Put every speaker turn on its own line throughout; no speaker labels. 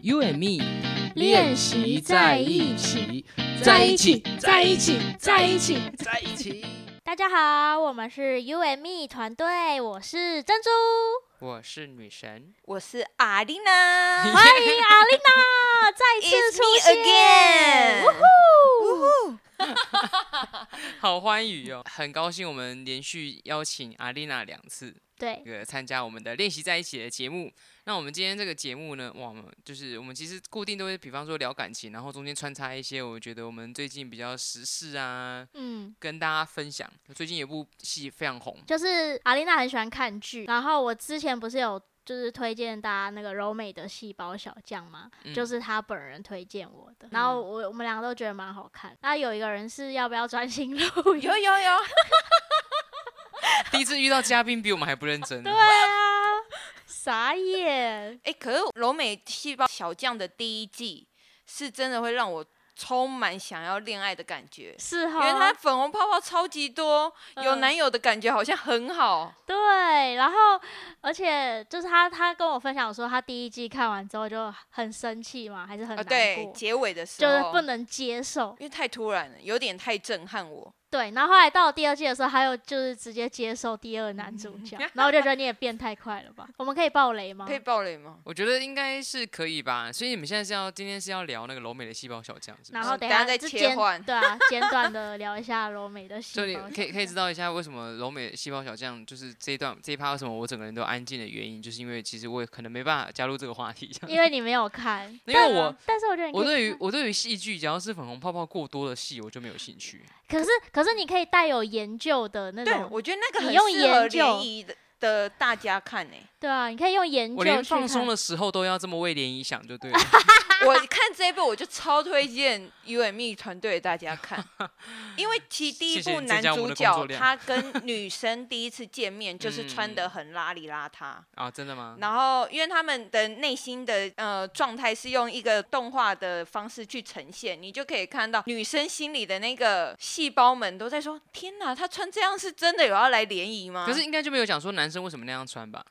You and me
练习在一起，
起，
在一起，
在一起，在一起，在一起。
大家好，我们是 U and Me 团队，我是珍珠，
我是女神，
我是阿丽娜，
欢迎阿丽娜 再次
It's
出
me
现
again
呜呼！
好欢愉哦！很高兴我们连续邀请阿丽娜两次，
对
这个参加我们的练习在一起的节目。那我们今天这个节目呢，哇，我们就是我们其实固定都会，比方说聊感情，然后中间穿插一些我觉得我们最近比较时事啊，
嗯，
跟大家分享。最近有部戏非常红，
就是阿丽娜很喜欢看剧，然后我之前不是有就是推荐大家那个柔美的细胞小将吗？
嗯
就是他本人推荐我
嗯
的，然后我我们两个都觉得蛮好看。那有一个人是要不要专心录音
有？有有，
第一次遇到嘉宾比我们还不认 真。
对啊，傻眼。
哎、可是柔美细胞小将的第一季是真的会让我充满想要恋爱的感觉，
是
因为
哈，
它粉红泡泡超级多，有
嗯
男友的感觉好像很好，
对，然后而且就是他，他跟我分享说，他第一季看完之后就很生气嘛，还是很
啊，
难
对，
过，
结尾的时
就
候
是不能接受。
因为太突然了，有点太震撼我。
对，然后后来到第二季的时候，他又就是直接接受第二男主 角，然后我就觉得你也变太快了吧？我们可以爆雷吗
可？以爆雷吗？
我觉得应该是可以吧，所以你们现在是要今天是要聊那个柔美的细胞小将，是不
然
是？
后
嗯
等
等下
下
再
之
切
间
换
对啊，简短的聊一下 柔美的细
就你
胞。
可以可以知道一下为什么柔美细胞小将就是这一段这一趴为什么我整个人都安静的原因，就是因为其实我也可能没办法加入这个话题。这样
因为你没有看，
因为
但
我
但是我觉得你
我
可以
对于
看
我对于戏剧，只要是粉红泡泡过多的戏，我就没有兴趣。
可是可是你可以带有研究的那
对，
种，
我觉得那个
你
很
用
适
研
合
究
联谊的的大家看欸呢、
对啊，你可以用研
我
究
连
去看
放。松的时候都要这么为涟漪想，就 对了。
我看这一部，我就超推荐 U M E 团队大 家看，因为其实第一
谢谢
部
你增
男
加我们
主
的工作
角
量
他跟女生第一次见面，就是穿
嗯
的很邋里邋遢。
啊，真的 吗？
然后，因为他们的内心的呃状态是用一个动画的方式去呈现，你就可以看到女生心里的那个细胞们都在说：“天哪，她穿这样是真的有要来联谊吗？”
可是应该就没有讲说男生为什么那样穿吧？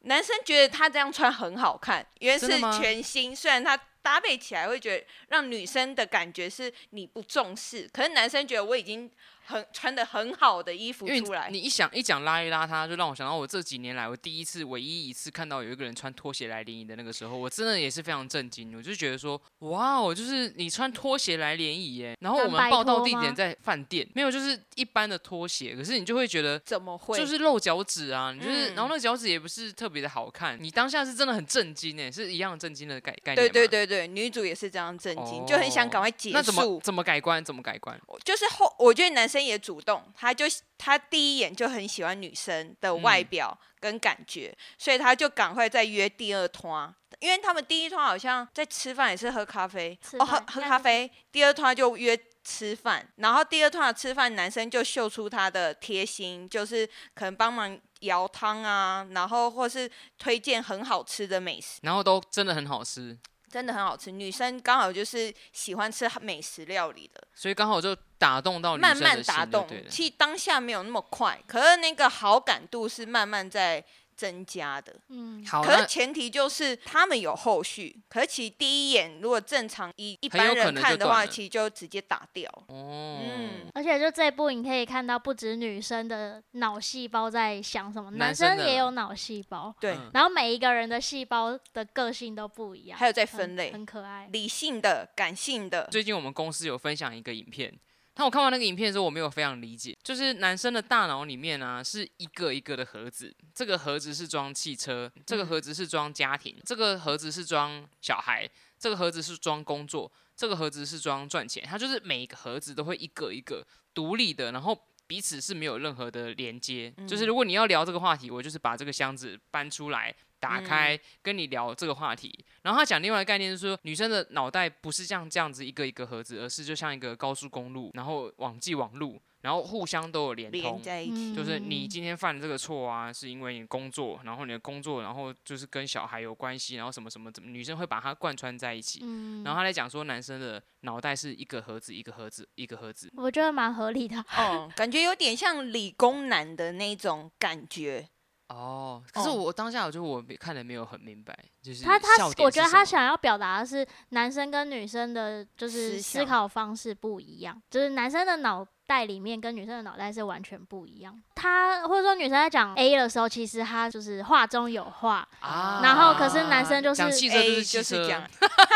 男生觉得她这样穿很好看，原
真的
是
吗
全新，虽然她搭配起来会觉得让女生的感觉是你不重视，可是男生觉得我已经很穿的很好的衣服
因为
出来
你，一想一讲邋里邋遢，就让我想到我这几年来我第一次、唯一一次看到有一个人穿拖鞋来联谊的那个时候，我真的也是非常震惊。我就觉得说，哇哦，就是你穿拖鞋来联谊耶。然后我
能摆
们报到
脱
地
吗
点在饭店，没有就是一般的拖鞋，可是你就会觉得。
怎么会？
就是露脚趾啊，你就是，
嗯
然后那个脚趾也不是特别的好看，你当下是真的很震惊诶，是一样震惊的概概念。
对对，对对，女主也是这样震惊，就很想赶快结
那怎么
束。
怎么改观？怎么改观？
就是后，我觉得男生也主动，他就他第一眼就很喜欢女生的外表跟感觉，所以他就赶快再约第二团。因为他们第一团好像在吃饭，也是喝咖啡
吃
哦，喝
饭
喝
那
咖
就
啡。第二团就约吃饭，然后第二团吃饭，男生就秀出他的贴心，就是可能帮忙舀汤啊，然后或是推荐很好吃的美食。
然后都真的很好吃，
真的很好吃，女生刚好就是喜欢吃美食料理的，
所以刚好就打动哦到女
慢
生
慢
的
打
心就
动
对。了
其实当下没有那么快，可是那个好感度是慢慢在增加的。
嗯，
好，
可
那
是前提就是他们有后续，可是其实第一眼如果正常一一
很有
般
可
人
能
看
就
的
断
话，
了
其实就直接打掉。
哦，
嗯
而且就这一部，你可以看到不止女生的脑细胞在想什么，
男
男
生的
生也有脑细胞，
对，
嗯
然后每一个人的细胞的个性都不一样，
还有在
很
分类，
很可爱。
理性的、感性的，
最近我们公司有分享一个影片，但我看完那个影片的时候，我没有非常理解，就是男生的大脑里面啊是一个一个的盒子，这个盒子是装汽车，这个盒子是装家庭，这个盒子是装小孩，这个盒子是装工作，这个盒子是装赚钱，它就是每一个盒子都会一个一个独立的，然后。彼此是没有任何的连接，就是
嗯
如果你要聊这个话题，我就是把这个箱子搬出来，打
嗯
开跟你聊这个话题。然后他讲另外一个概念是说，女生的脑袋不是像这样子一个一个盒子，而是就像一个高速公路，然后网际网路，然后互相都有连通
连。在一 起。
就是你
嗯
今天犯的这个错啊，是因为你工作，然后你的工作，然后就是跟小孩有关系，然后什么什么怎么，女生会把它贯穿在一起。
嗯，
然后他在讲说，男生的脑袋是一个盒子，一个盒子，一个盒子。
嗯
我觉得蛮合理的。
哦，感觉有点像理工男的那种感觉，
哦，可是
哦
我当下我觉得我没看的没有很明白，就是
他他
笑，点
我
是
觉得
什
他
么
想要表达的是男生跟女生的，就是
思
思
想
考方式不一样，就是男生的脑袋里面跟女生的脑袋是完全不一样。他或者说女生在讲 A 的时候，其实他就是话中有话，
啊，
然后可是男生就是
讲汽车
A
是
哎就
汽
是
车，
讲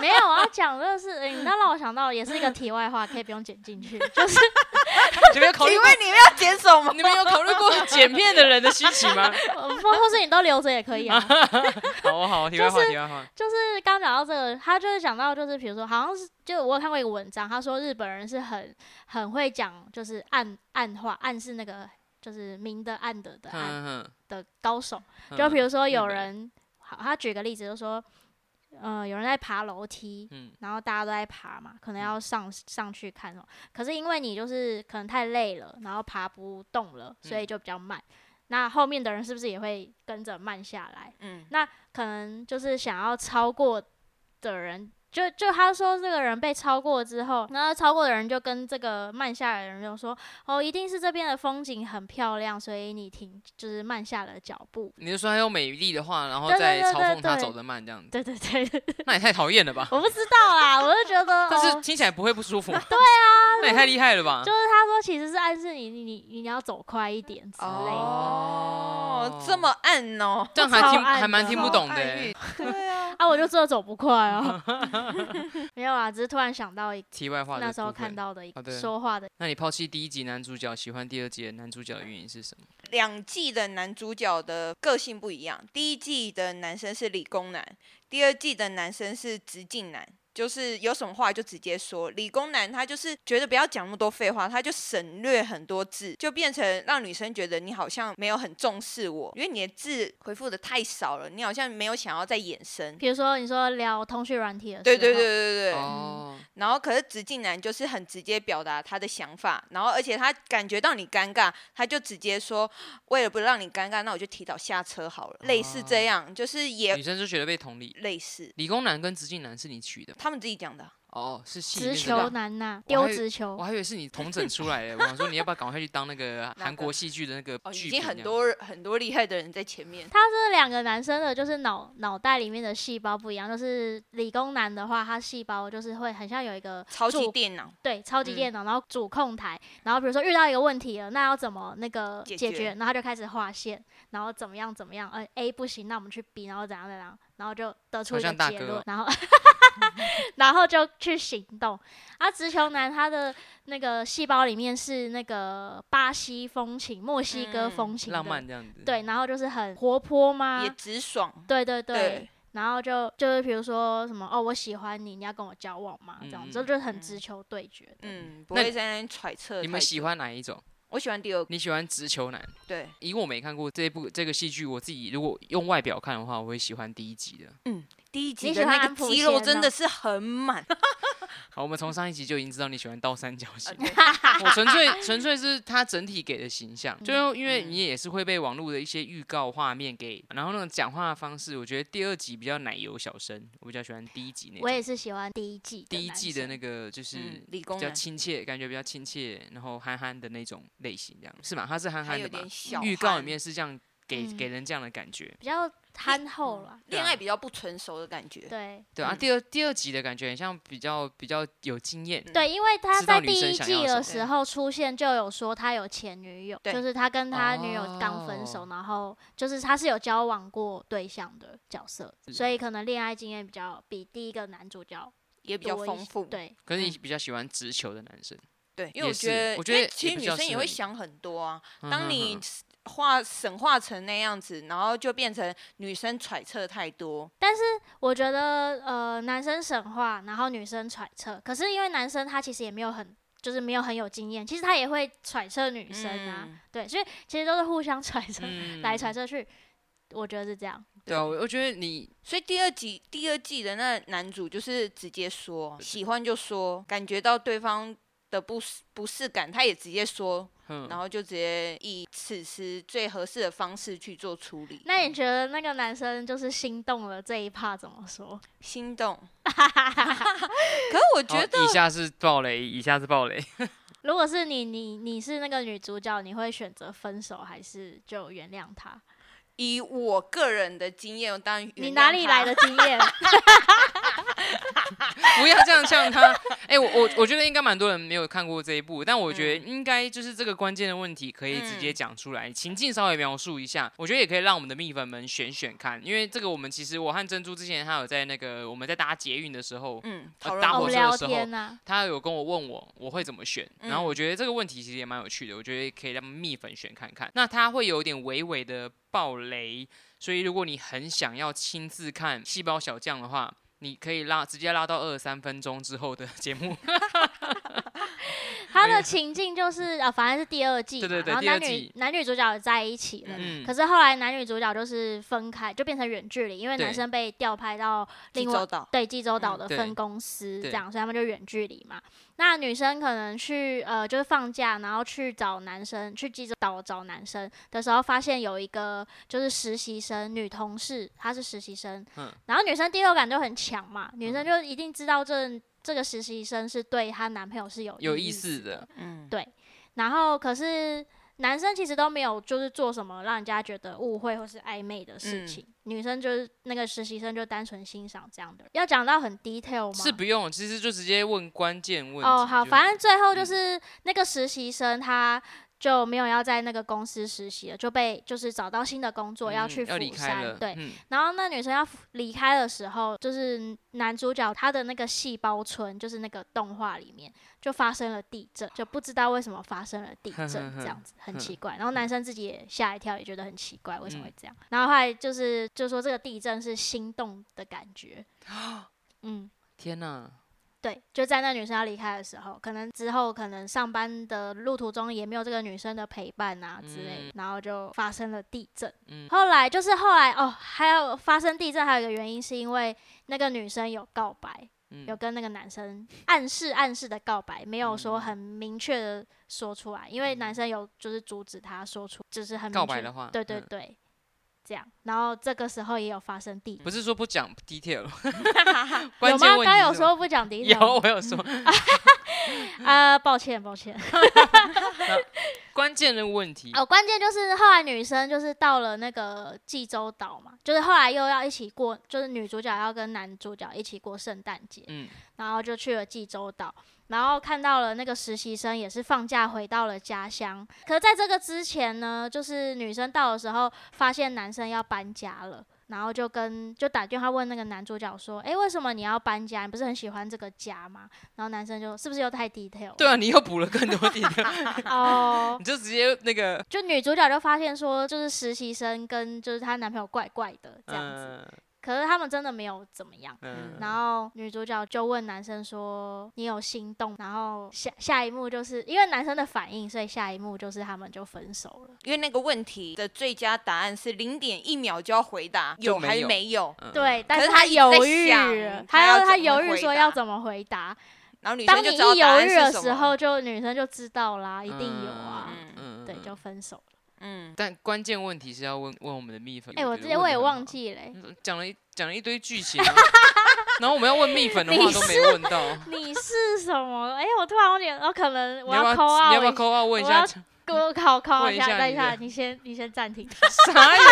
没有啊，讲的是，哎你那让我想到也是一个题外话，可以不用剪进去，就是
你们有考虑
请
过？
问你们要剪什么？
你们有考虑过剪片的人的心情吗？
呃或或是你都留着也可以啊。
好哦，好哦，题外
就
话，
是
题外话，
就是刚讲到这个，他就是讲到，就是比如说，好像是就我有看过一个文章，他说日本人是很很会讲，就是暗暗话，暗是那个就是明的暗的的暗
嗯
的高手。
嗯，
哎就比如说
日
有
本
人，好，他举个例子，就说，呃，有人在爬楼梯，
嗯
然后大家都在爬嘛，可能
嗯
要上上去看哦。可是因为你就是可能太累了，然后爬不动了，所以
嗯
就比较慢。那后面的人是不是也会跟着慢下来？
嗯，
可能就是想要超过的人，就就他说这个人被超过之后，然后超过的人就跟这个慢下来的人就说：“哦，一定是这边的风景很漂亮，所以你停，就是慢下了脚步。
你就说他用美丽的话，然后
对对
再
对
嘲
对
讽他
对
走得慢这样”子，
对对对，
那也太讨厌了 吧？
我不知道啦，我就觉得，
但是
哦
听起来不会不舒 服。对啊，那也太厉害了吧
就？是他说其实是暗示你你你你要走快一点之类的。
哦
哦，这么暗哦，
这样还
超
听
暗
还蛮
的
听不
超
懂的
暗
欸。
喻。对啊，
啊，我就真的走不快啊，没有啦，只是突然想到一
题外话，
那时候看。到的一
好的
说话的，
那你抛弃第一集男主角，喜欢第二集的男主角的原因是什么？
两季的男主角的个性不一样，第一季的男生是理工男，第二季的男生是直径男。就是有什么话就直接说，理工男他就是觉得不要讲那么多废话，他就省略很多字，就变成让女生觉得你好像没有很重视我，因为你的字回复的太少了，你好像没有想要再延伸。
比如说你说聊通讯软体的时候，
对对对对对，
哦，
嗯
然后可是直径男就是很直接表达他的想法，然后而且他感觉到你尴尬，他就直接说，为了不让你尴尬，那我就提早下车好了，类似
啊
这样，就是也
女生就觉得被同理。
类似，
理工男跟直径男是你取的吗
他们自己讲的啊，
哦，是戏里面
直
这个
球
啊。
男呐、
我还
丢
以
直球
我。还以为是你同整出来的，我想说你要不要赶快去当那个
个
韩国戏剧的那个
哦，
剧评
已
这
经
样？
很多人很多厉害的人在前面，
他这两个男生的，就是脑脑袋里面的细胞不一样。就是理工男的话，他细胞就是会很像有一个
超级
主
电脑，
对超级
嗯
电脑，然后主控台，然后比如说遇到一个问题了，那要怎么那个
解
解
决
决？然后他就开始划线，然后怎么样怎么样？呃，A 不行，那我们去 B，然后怎样怎样，然后就得出
好
一个
像大
结
哥
论
哦，
然后 然后就去行动。啊，直球男他的那个细胞里面是那个巴西风情、墨西哥
嗯
风情的
浪漫这样子。
对，然后就是很活泼吗
啊
也？直爽，
对对对，
对，
然后就就是比如说什么哦，我喜欢你，你要跟我交往吗？这样
嗯
子，这就是很
嗯
直球对决的。
嗯，不
那
会在那边揣测。
你们喜？欢哪一种？
我喜欢第二个，
你喜欢直球男？
对，
以我没看过这部这个戏剧，我自己如果用外表看的话，我会喜欢第一集的。
第一集
你
的
喜欢
那
安
个
普
肌肉
贤
真
哦
的是 很满，，
好，我们从上一集就已经知道你喜欢倒三角形
呃 对
我纯粹纯粹是他整体给的形象，就因为
嗯
你也是会被网络的一些预告画面给，然后那种讲话的方式，我觉得第二集比较奶油小生，我比较喜欢第一集那
我也
种。
是喜欢第一季的
第一
男
季的
生
那个就是
嗯，理
比
工
较
男
亲切，感觉比较亲切，然后憨憨的那种类型，这样是吗？他是憨
还
憨
有
的吧
点？小
预告
憨
里面是这样给
嗯
给人这样的感觉，
比较憨厚了。
对啊
恋爱比较不成熟的感觉，
对
对啊。
嗯
第二第二集的感觉很像比较比较有经验，
嗯
对，因为他
知道
在
女
第
生
一
想要
季
什
的
么
时候出现，就有说他有前女友，
对
就是他跟他女友刚分
哦
手，然后就是他是有交往过对象的角色，所以可能恋爱经验比较比第一个男主角
也比较
多一
丰
些
富。
对，
可是
嗯
你比较喜欢直球的男生。
对，因
也
为我
是
觉得，
我觉
因为
得
其
也
实
比
女
较
生
适
也
合
会
你
想很多啊。
嗯
当
哼
你
哼
化神化成那样子，然后就变成女生揣测太多，
我觉得呃，男生神话，然后女生揣测。可是因为男生他其实也没有很，就是没有很有经验，其实他也会揣测女生啊，
嗯
对，所以其实都是互相 揣测、
嗯
来揣测去，我觉得是这样。
对啊，我我觉得你
所以第二集第二季的那男主就是直接说喜欢就说，感觉到对方的不适不适感，他也直接说，
嗯
然后就直接以此时最合适的方式去做处理。嗯
那你觉得那个男生就是心动了这一趴怎么说？
心动，可是我觉
好
得
哦以下是暴雷，以下是暴雷。
如果是你，你你是那个女主角，你会选择分手还是就原谅他？
以我个人的经验，我当然
你
原
哪
谅
里
他
来的经验？
不要这样呛他。哎、我我我觉得应该蛮多人没有看过这一部，但我觉
嗯
得应该就是这个关键的问题可以直接讲出来，情境稍微描述一下。我觉得也可以让我们的蜜粉们选选看，因为这个我们其实我和珍珠之前还有在那个我们在搭捷运的时候，
嗯，
呃
讨论
搭
我
火
们
车的
聊
时候
天啊 呐、
他有跟我问我我会怎么选，
嗯
然后我觉得这个问题其实也蛮有趣的，我觉得可以让蜜粉选看看。那它会有一点微微的爆雷，所以如果你很想要亲自看《细胞小将》的话，你可以拉直接拉到二十三分钟之后的节目。
他
哎呀
的情境就是啊，反正是第二季嘛，
对对对
然后
第二
男女
季
男女主角也在一起了。
嗯
可，是后来男女主角就是分开，就变成远距离，因为
对
男生被调派到
济
另外
州岛，
对济州岛
嗯
的
对
分公司
对
这样，所以他们就远距离嘛。那女生可能去呃，就是放假，然后去找男生，去济州岛找男生的时候，发现有一个就是实习生女同事，她是实习生，
嗯
然后女生第六感就很强嘛，女生就一定知道这这个实习生是对她男朋友是有
有
意
意思的。
嗯，
对然后可是男生其实都没有就是做什么让人家觉得误会或是暧昧的事
嗯
情，女生就是那个实习生就单纯欣赏这样的人。要讲到很 detail 吗？
是不用，其实就直接问关键问题。
哦，好，
就
反正最后就
嗯
是那个实习生他就没有要在那个公司实习了，就被就是找到新的工作、要
嗯
去
要离
釜
开
山
了，，
对。
嗯，
然后那女生要离开的时候，就是男主角他的那个细胞村，就是那个动画里面就发生了地震，就不知道为什么发生了地震这样子，很奇怪。然后男生自己也吓一跳，也觉得很奇怪，为什么会这样？然后后来就是就说这个地震是心动的感觉，嗯。
天哪，
对，就在那女生要离开的时候，可能之后可能上班的路途中也没有这个女生的陪伴啊之类的，然后就发生了地震。
嗯
后来就是后来哦，还有发生地震还有一个原因是因为那个女生有告白，
嗯
有，跟那个男生暗示暗示的告白，没有
嗯
说很明确的说出来，因为男生有就是阻止她说出，就是很明
告白
确
的话
对对
嗯
对。这样，然后这个时候也有发生地震，
不是说不讲 detail，
有
关
吗
键？问题
刚
是
嗯有
什么
说 不讲第一条
有，我有说，
啊，抱歉抱歉，
关键的问题，
哦，关键就是后来女生就是到了那个济州岛嘛，就是后来又要一起过，就是女主角要跟男主角一起过圣诞节，
嗯，
然后就去了济州岛，然后看到了那个实习生也是放假回到了家乡。可是在这个之前呢，就是女生到的时候发现男生要搬家了。然后就跟就打电话问那个男主角说：“诶，为什么你要搬家？你不是很喜欢这个家吗？”然后男生就是不是又太 detail？了
对啊，你又补了更多 detail，
哦
你就直接那个
就女主角就发现说，就是实习生跟就是她男朋友怪怪的 这样子，
嗯
可是他们真的没有怎么样。
嗯
然后女主角就问男生说：“你有心动？”然后下下一幕就是因为男生的反应，所以下一幕就是他们就分手了。
因为那个问题的最佳答案是零点一秒就要回答
就
有还
没
是
有
没有，
嗯
对，但
可是
他
他一直在
犹豫
想
了，
他要
要他
怎么
犹豫
回
说
答
要怎么回答。
然后女
当
生
你
就知道
一
答
犹
案
豫的
是
时
什么。
候，就女生就知道啦，一定有啊。
嗯嗯
对，
嗯
就分手了。
嗯，
但关键问题是要问问我们的蜜粉。
哎、我
觉
之
得
前
问
我
得
也
很
忘
好，
记了欸、
嗯讲了一讲了一堆剧情 啊，然后我们要问蜜粉的
你
话都没问到，
你是什么？哎、我突然有点，我、可 能
你
我
要
要
不
扣啊，
要你要不要扣二问一
我
下
要？给我考考
问
一
一
下，
下
等一
你
下，
的
你先你先暂停。
啥呀？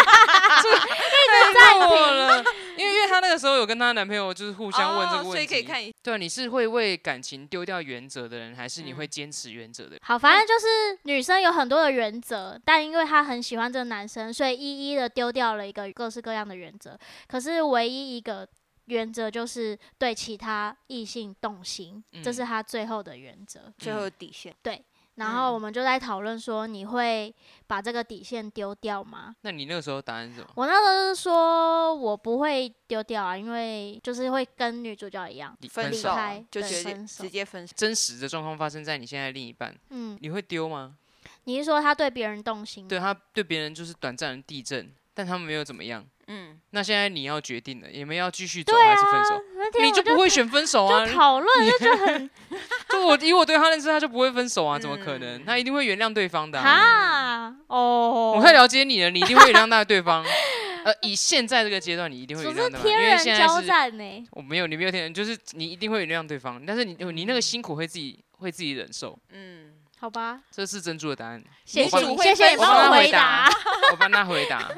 这太过了，因为因为她那个时候有跟她男朋友就是互相问这个
哦
问题，
所以可以看一
对啊，你是会为感情丢掉原则的人，还是你
嗯
会坚持原则的人？
好，反正就是女生有很多的原则，但因为她很喜欢这个男生，所以一一的丢掉了一个各式各样的原则。可是唯一一个原则就是对其他异性动心，这
嗯
是她最后的原则。
最后的底线。
然后
嗯
我们就在讨论说，你会把这个底线丢掉吗？
那你那个时候答案是什么？
我那时候是说我不会丢掉啊，因为就是会跟女主角一样，
你
分
离
手
开
就
对
直接
分手
直接分手，
真实的状况发生在你现在的另一半，
嗯，
你会丢吗？
你是说她对别人动
嗯
心？
对，他对别人就是短暂的地震，但他们没有怎么样。
嗯，
那现在你要决定了，你们要继续走还是分手？
那天
你
啊我
就不
就
会选分手啊？
就讨论，就就很
就我以我对他认识，他就不会分手啊？怎么可能？
嗯
他一定会原谅对方的、啊。
哈哦，
我太了解你了，你一定会原谅他对方。 呃，以现在这个阶段，你一定会
总
原
是
谅对方，因
天
为
人
现
交
在是
战呢、
我没有，你没有天人，就是你一定会原谅对方，但是你你那个辛苦会自己会自己忍受。
嗯，
好吧，
这是珍珠的答 案，
谢
我
谢
帮
你，
会
谢谢你
分
帮
手
我
吗
回答。
我帮他回 答。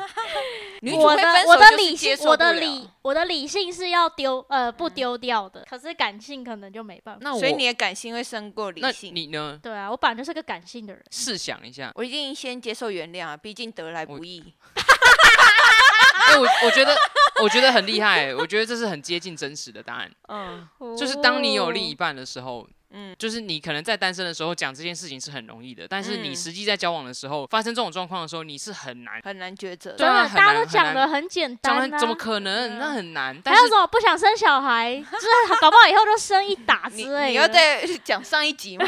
女主
嗯我
会
的
分
我
手
的
就是
理
接
性，
受
我的
不了
理，我的理性是要丢呃不
嗯
丢掉的，可是感性可能就没办法。
那我
所以你的感性会胜过理
那
性。
你呢？
对啊，我本来就是个感性的人。
试想一下，
我一定先接受原谅啊，毕竟得来
我
不易。
哎、我我觉得我觉得很厉害、 我觉得这是很接近真实的答案。
嗯
就是当你有
哦
另一半的时候，
嗯，
就是你可能在单身的时候讲这件事情是很容易的，但是你
嗯
实际在交往的时候发生这种状况的时候，你是很难。
很难抉择。
对
真
啊
的，
很
大家
难
都
很
讲
难
的很简
当
单
然
啊，
怎么可能？
嗯
那很 难。但
还有
是
什么不想生小孩，就是搞不好以后就生一打
你
之类的。
你要再讲上一集 吗？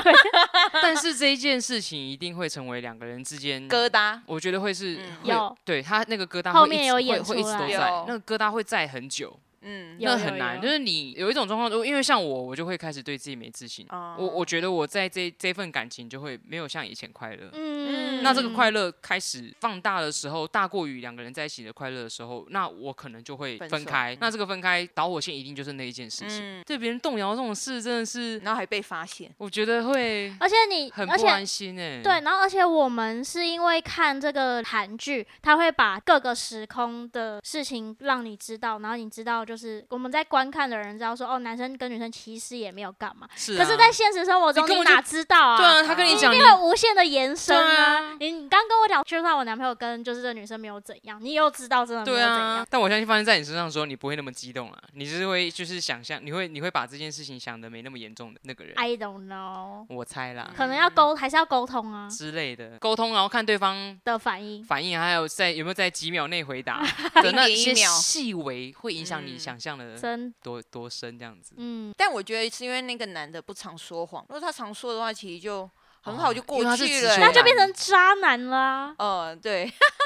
但是这一件事情一定会成为两个人之间
疙瘩。
我觉得会是
嗯
会
有
对他那个疙瘩
后
会一
面
直
有
会
演
会一
出
直都
来
在
有，
那个疙瘩会在很久，
嗯，
有
那很难。
有
就是你有一种状况，就因为像我，我就会开始对自己没自信。
哦
我我觉得我在这这份感情就会没有像以前快乐。
嗯，
那这个快乐开始放大的时候，大过于两个人在一起的快乐的时候，那我可能就会
分
分
手
开
嗯。
那这个分开导火线一定就是那一件事情。
嗯，
对别人动摇这种事，真的是
然后还被发现。
我觉得会
而且你，
很
嗯而
不
且
安心哎、
对，，然后而且我们是因为看这个韩剧，它会把各个时空的事情让你知道，然后你知道就是我们在观看的人知道说，哦，男生跟女生其实也没有干嘛。
是、啊。
可是，在现实生活中，
你根
你
本就
哪知道啊？
对啊，他跟你
你
讲，
一
你
定会无限的延伸
对啊
啊！你你刚跟我讲，就算我男朋友跟就是这女生没有怎样，你又知道真的没
对
有怎样
啊，，但我相信发生在你身上的时候，你不会那么激动啊，你是会就是想象，你会你会把这件事情想的没那么严重的那个人，
I don't know，
我猜啦
可能要沟还是要沟通啊
之类的沟通，然后看对方
的反应。
反应，还有在有没有在几秒内回答的那
0.1
些
秒
细微，会影响你
嗯
想象的
真
多多深这样子。
嗯，
但我觉得是因为那个男的不常说谎，如果他常说的话，其实就很好就过
因为他是
去
直
了欸、
球
那就变成渣男啦、
呃，对，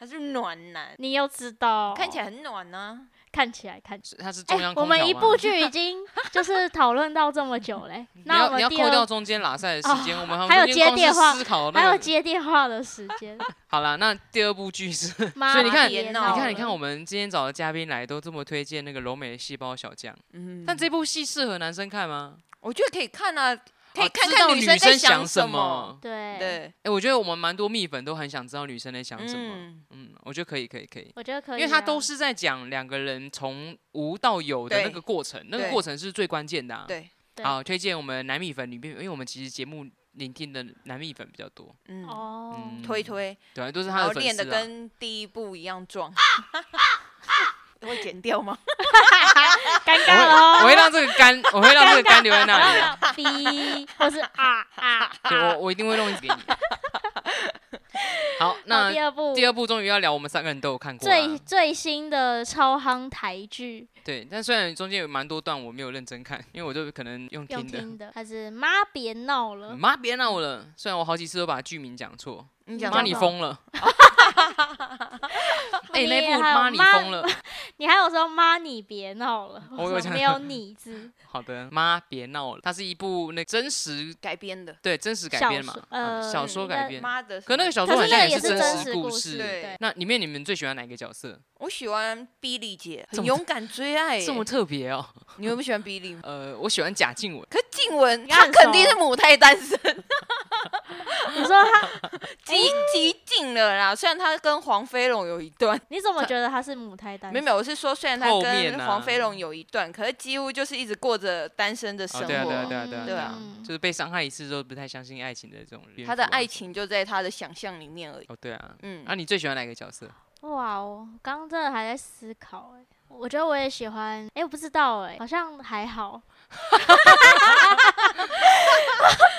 他是暖男，
你又知道，
看起来很暖啊呢、
看起来看起
是它是
来，
中央
哎我
空调吗？
们一部剧已 经就是讨论到这么久嘞、
你
那
要
我
你
们
要
第
扣掉
二
中间拉塞的时间，我们
还有
中间
接
光是
电话
思考
还
那
有
个。
接电话的时间，
好啦，那第二部剧是， 你
妈
所以你看
别
你
闹
看
了
你看，我们今天找的嘉宾来都这么推荐那个柔美的细胞小将，
嗯，
但这部戏适合男生看吗？
我觉得可以看啊，可以
啊
看
知道
看
女
生在
想
什
么。
对，
对，
哎、我觉得我们蛮多蜜粉都很想知道女生在想什么。
嗯，
嗯，我觉得可以，可以，可以，
我觉得可以啊、
因为它都是在讲两个人从无到有的
对
那个过程，那个
对
过程是最关键的、啊。，
对，
对
好，推荐我们男蜜粉里面，因为我们其实节目聆听的男蜜粉比较多，
嗯，
哦，
嗯，
推，推，
对啊，都是
然
他
后
的粉
练的
丝、啊。
跟第一部一 样壮。会剪掉吗？
尴
我
尬哦
会，我
喽。
会让这个干， 我会让这个干留在那 里啊。
B 或是啊 啊
对，我
啊！
我一定会弄一给你。好，
好
那
第二部
第二部啊终于要聊，我们三个人都有看过啊
最
啦。
最新的超夯台剧，
对，但虽然中间有蛮多段我没有认真看，因为我就可能用
用
听的。嗯
听的，还是妈别闹了，
妈，别闹了！虽然我好几次都把剧名讲错，
你
讲
妈
到
你
什么
疯 了！哎，那
你也
部
还有
妈你
妈
疯了，
你还有说妈你别闹了，
哦我有
我说
讲
没有你字，
好的，妈别闹了，它是一部那真实
改编的
对真实改
小
编嘛
说，
嗯
呃
小说
应该
改编。
妈的什么，
可那个小说
可
好
是那
像
个也
是
真
实
实
故
事，
对
对，
那里面你们最喜欢哪一个角色？
我喜欢比利姐，
这
很
么
勇敢追爱耶。欸
这么特别哦。
你会不喜欢比利吗？
呃，我喜欢贾静雯，
可是静雯
你看
她
很
肯定
熟
是母胎 单身，
你说他，
极极尽了啦。虽然她跟黄飞龙有一段，
你怎么觉得他是母胎单
没
身？
有没有，我是说虽然她
后面
跟
啊
黄飞龙有一段，可是几乎就是一直过着单身的生
哦对啊对啊
活。
啊对啊
嗯
对啊
就是被伤害一次之后不太相信爱情的这种人。啊
她的爱情就在她的想象里面而已。
哦，对啊。
嗯
那、，你最喜欢哪个角色？
哇哦，我刚刚真的还在思考哎、我觉得我也喜欢，哎、我不知道哎、好像还好。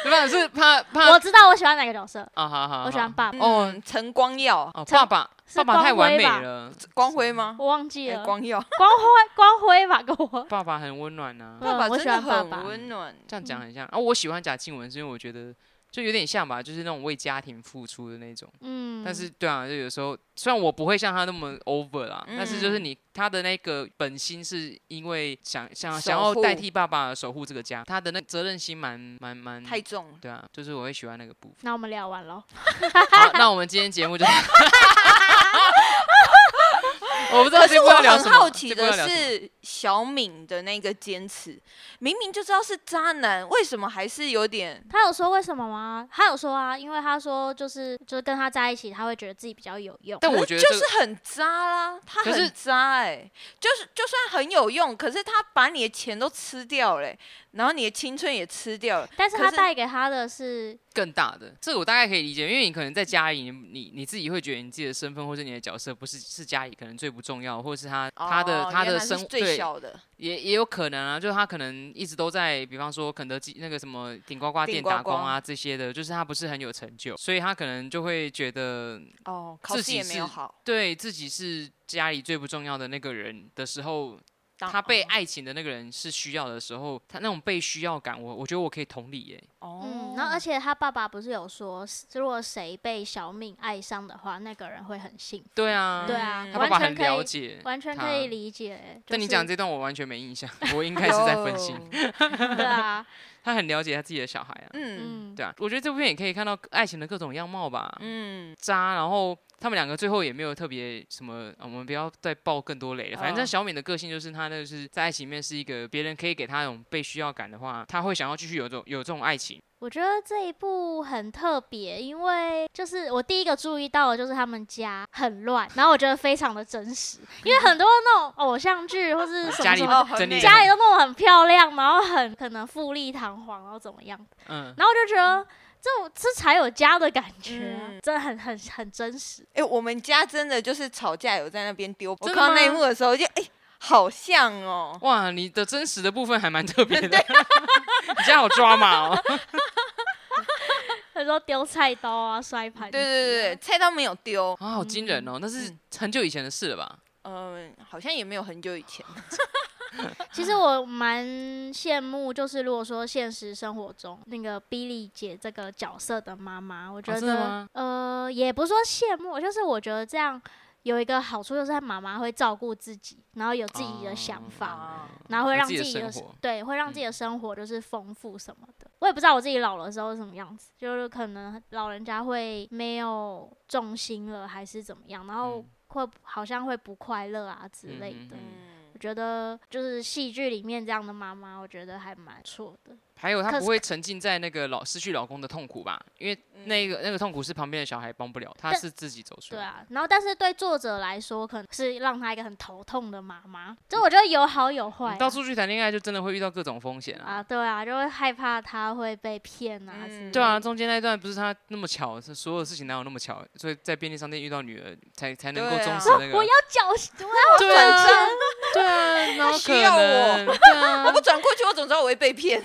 不是是怕怕
我知道我喜欢哪个角色，
啊，好好，
我喜欢
好
爸爸，
哦
嗯，陈光耀，
哦，
陈
爸爸
是
爸爸太
光
完
辉
美
吧
了，
光辉
嗯
吗？
我忘记
哎
了，
光耀，
光辉光辉吧，跟我
爸爸很温暖啊呐、
嗯
爸爸
我
真
喜
的
欢爸
很
爸
温暖。
这样讲很像啊。我喜欢贾静雯是因为我觉得就有点像吧，就是那种为家庭付出的那种。
嗯，
但是对啊，就有时候虽然我不会像他那么 over 啦，但是就是
嗯
你他的那个本心是因为想想
守
想要代
护
替爸爸守护这个家，他的那责任心蛮蛮蛮
太重了，
对啊，就是我会喜欢那个 部分。
那我们聊完了，
好，那我们今天节目就。 我不知道
可
这
是
部
我
要聊
很
什么。
好奇
这部要
的
聊什么，
是小敏的那个坚持，明明就知道是渣男，为什么还是有点
他有说为什么吗？他有说啊，因为他说就是就是跟他在一起，他会觉得自己比较有用。
但
可
我觉
是
得
就
这个
是很渣啦，他
可是
很渣哎、就是就算很有用，可是他把你的钱都吃掉了欸、然后你的青春也吃掉了，
但是
可
他
是
带给他的是
更大的，这个我大概可以理解，因为你可能在家里，你你你自己会觉得你自己的身份或者你的角色不是是家里可能最不重要，或者是他他的、
哦
他
原
的
来是
生
最
对
小的，
也也有可能啊，就是他可能一直都在，比方说肯德基那个什么顶呱呱
顶
店
呱
打工
呱
啊这些的，就是他不是很有成就，所以他可能就会觉得
哦，考
自
试
己
也没有
是
好，
对自己是家里最不重要的那个人的时候，
当
他被
哦
爱情的那个人是需要的时候，他那种被需要感，我我觉得我可以同理耶。
哦，
嗯，然后而且他爸爸不是有说，如果谁被小敏爱上的话，那个人会很幸福。
对啊，
对啊，
嗯
他爸
完
爸
全
很
可
了
以，
解。
完全可以
他
理解欸。
但
就
你讲
是
这段我完全没印象， 我应该是在分心。
有，
对啊，
他很了解他自己的小孩啊，
嗯
嗯，
对啊，我觉得这部片也可以看到爱情的各种样貌吧。
嗯，
渣，然后他们两个最后也没有特别什么，呃我们不要再爆更多雷了。反正
哦
嗯
小敏的个性就是她那个是在爱情里面是一个别人可以给她那种被需要感的话，她会想要继续有这种有这种爱情。
我觉得这一部很特别，因为就是我第一个注意到的就是他们家很乱，然后我觉得非常的真实，因为很多那种偶像剧或是什
家
么
里
嗯什
哦
么的。
很
整理
美
家里都弄得很漂亮，然后很可能富丽堂皇，然后怎么样？
嗯，
然后我就觉得这种这才有家的感觉啊、
嗯
真的很很很真实。
哎、我们家真的就是吵架有在那边丢，我
真的
看到那一
吗
幕的时候就哎、好像哦，
哇，你的真实的部分还蛮特 别的，
啊
你家好抓马哦。
他说丢菜刀啊，摔盘、子
对对对对，菜刀没有丢，
啊，好惊人哦！那是
嗯
很久以前的事了吧？
嗯、好像也没有很久以前，
对。其
嗯
实我蛮羡慕，就是如果说现实生活中那个 Billy 姐这个角色的妈妈，我觉
哦真的
得、
吗
呃，也不是说羡慕，就是我觉得这样有一个好处，就是她妈妈会照顾自己，然后有自己的想法。
啊
然后会
哦有
让
自己的
己的
生活嗯
对，会让自己的生活就是丰富什么的。我也不知道我自己老了之后是什么样子，就是可能老人家会没有重心了，还是怎么样，然后
嗯
会好像会不快乐啊之类
嗯嗯
的。
嗯
嗯
我觉得就是戏剧里面这样的妈妈，我觉得还蛮不错的。
还有她
可
不
是
会沉浸在那个老失去老公的痛苦吧？因为
嗯
那个那个痛苦是旁边的小孩帮不了，她
嗯但
是自己走出
对
来。
啊，然后但是对作者来说，可能是让他一个很头痛的妈妈。这我觉得有好有坏啊、
你到处去谈恋爱，就真的会遇到各种风险
啊，对啊，就会害怕他会被骗啊之类的。
对啊，中间那一段不是他那么巧，是所有事情哪有那么巧？所以在便利商店遇到女儿，才才能够
对啊
忠实
说
那个。
我要缴，我
对啊，对啊，然后可
需要我
能对啊，
我不转过去，我怎么知道我会被骗？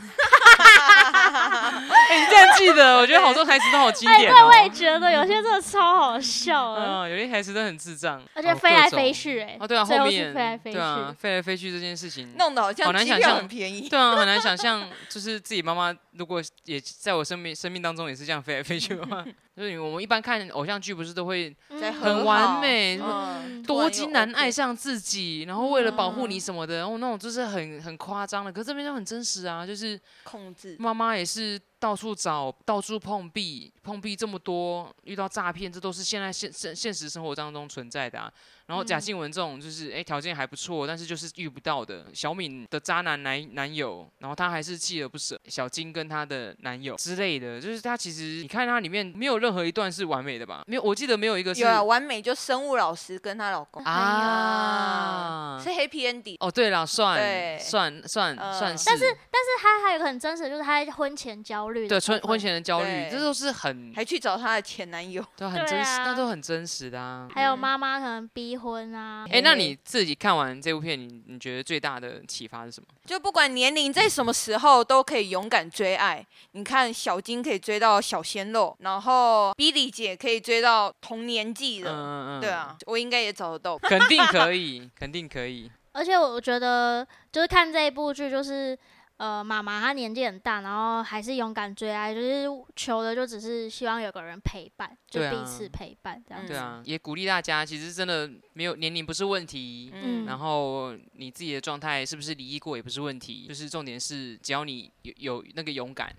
哎你这样记得，我觉得好多台词都好经典
我也
哦。
觉得有些真的超好笑的，
嗯，有些台词都很智障，
而且
哦
飞来飞。去、
各
哎、
种哦，对啊，
最
后
后是
面
飞来飞去
对啊，飞来飞去这件事情，
弄得好
好
像
难
机
想
票
象
很便宜。
对啊，很难想象，就是自己妈妈如果也在我生命生命当中也是这样飞来飞去的 话， 就是我们一般看偶像剧不是都会
在
嗯
很
和
完
好
美
嗯
嗯
突然
多
又
金男
OK
爱上自己，然后为了保护
嗯
你什么的，然后那种就是很很夸张的，可是这边就很真实啊，就是
控制，
妈妈也是到处找，到处碰壁，碰壁这么多，遇到诈骗，这都是现在现现现实生活当中存在的、啊。然后贾
嗯
静雯这种就是哎条、件还不错，但是就是遇不到的。小敏的渣男男男友，然后她还是锲而不舍。小金跟她的男友之类的，就是她其实你看她里面没有任何一段是完美的吧？没有，我记得没有一个是
有啊，完美就生物老师跟她老公
啊
是 Happy Ending，
哦，对了，
对
算算算、
呃
算是，
但是但是他还有一个很真实，就是他婚前焦虑
对
的部分，
婚婚前的焦虑，
对
这都是很
还去找她的前男友。
都很
对
真实，
啊嗯
那都很真实的啊。
还有妈妈可能逼婚啊，
哎、那你自己看完这部片，你你觉得最大的启发是什么？
就不管年龄，在什么时候都可以勇敢追爱。你看小金可以追到小鲜肉，然后 Billy 姐可以追到同年纪
嗯
的，
嗯嗯，
对，啊，我应该也找得到。
肯定 可以，肯定可以。
而且我觉得就是看这一部剧就是。呃，妈妈她年纪很大，然后还是勇敢追爱，就是求的就只是希望有个人陪伴，就
对啊
彼此陪伴这样
嗯
子。
对啊，也鼓励大家，其实真的没有年龄不是问题。
嗯
然后你自己的状态是不是离异过也不是问题，就是重点是只要你有有那个勇敢，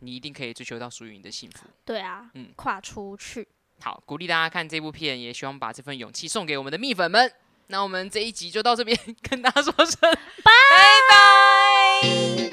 你一定可以追求到属于你的幸福。
对啊，
嗯
跨出去。
好，鼓励大家看这部片，也希望把这份勇气送给我们的蜜粉们。 那我们这一集就到这边跟大家说声
拜拜。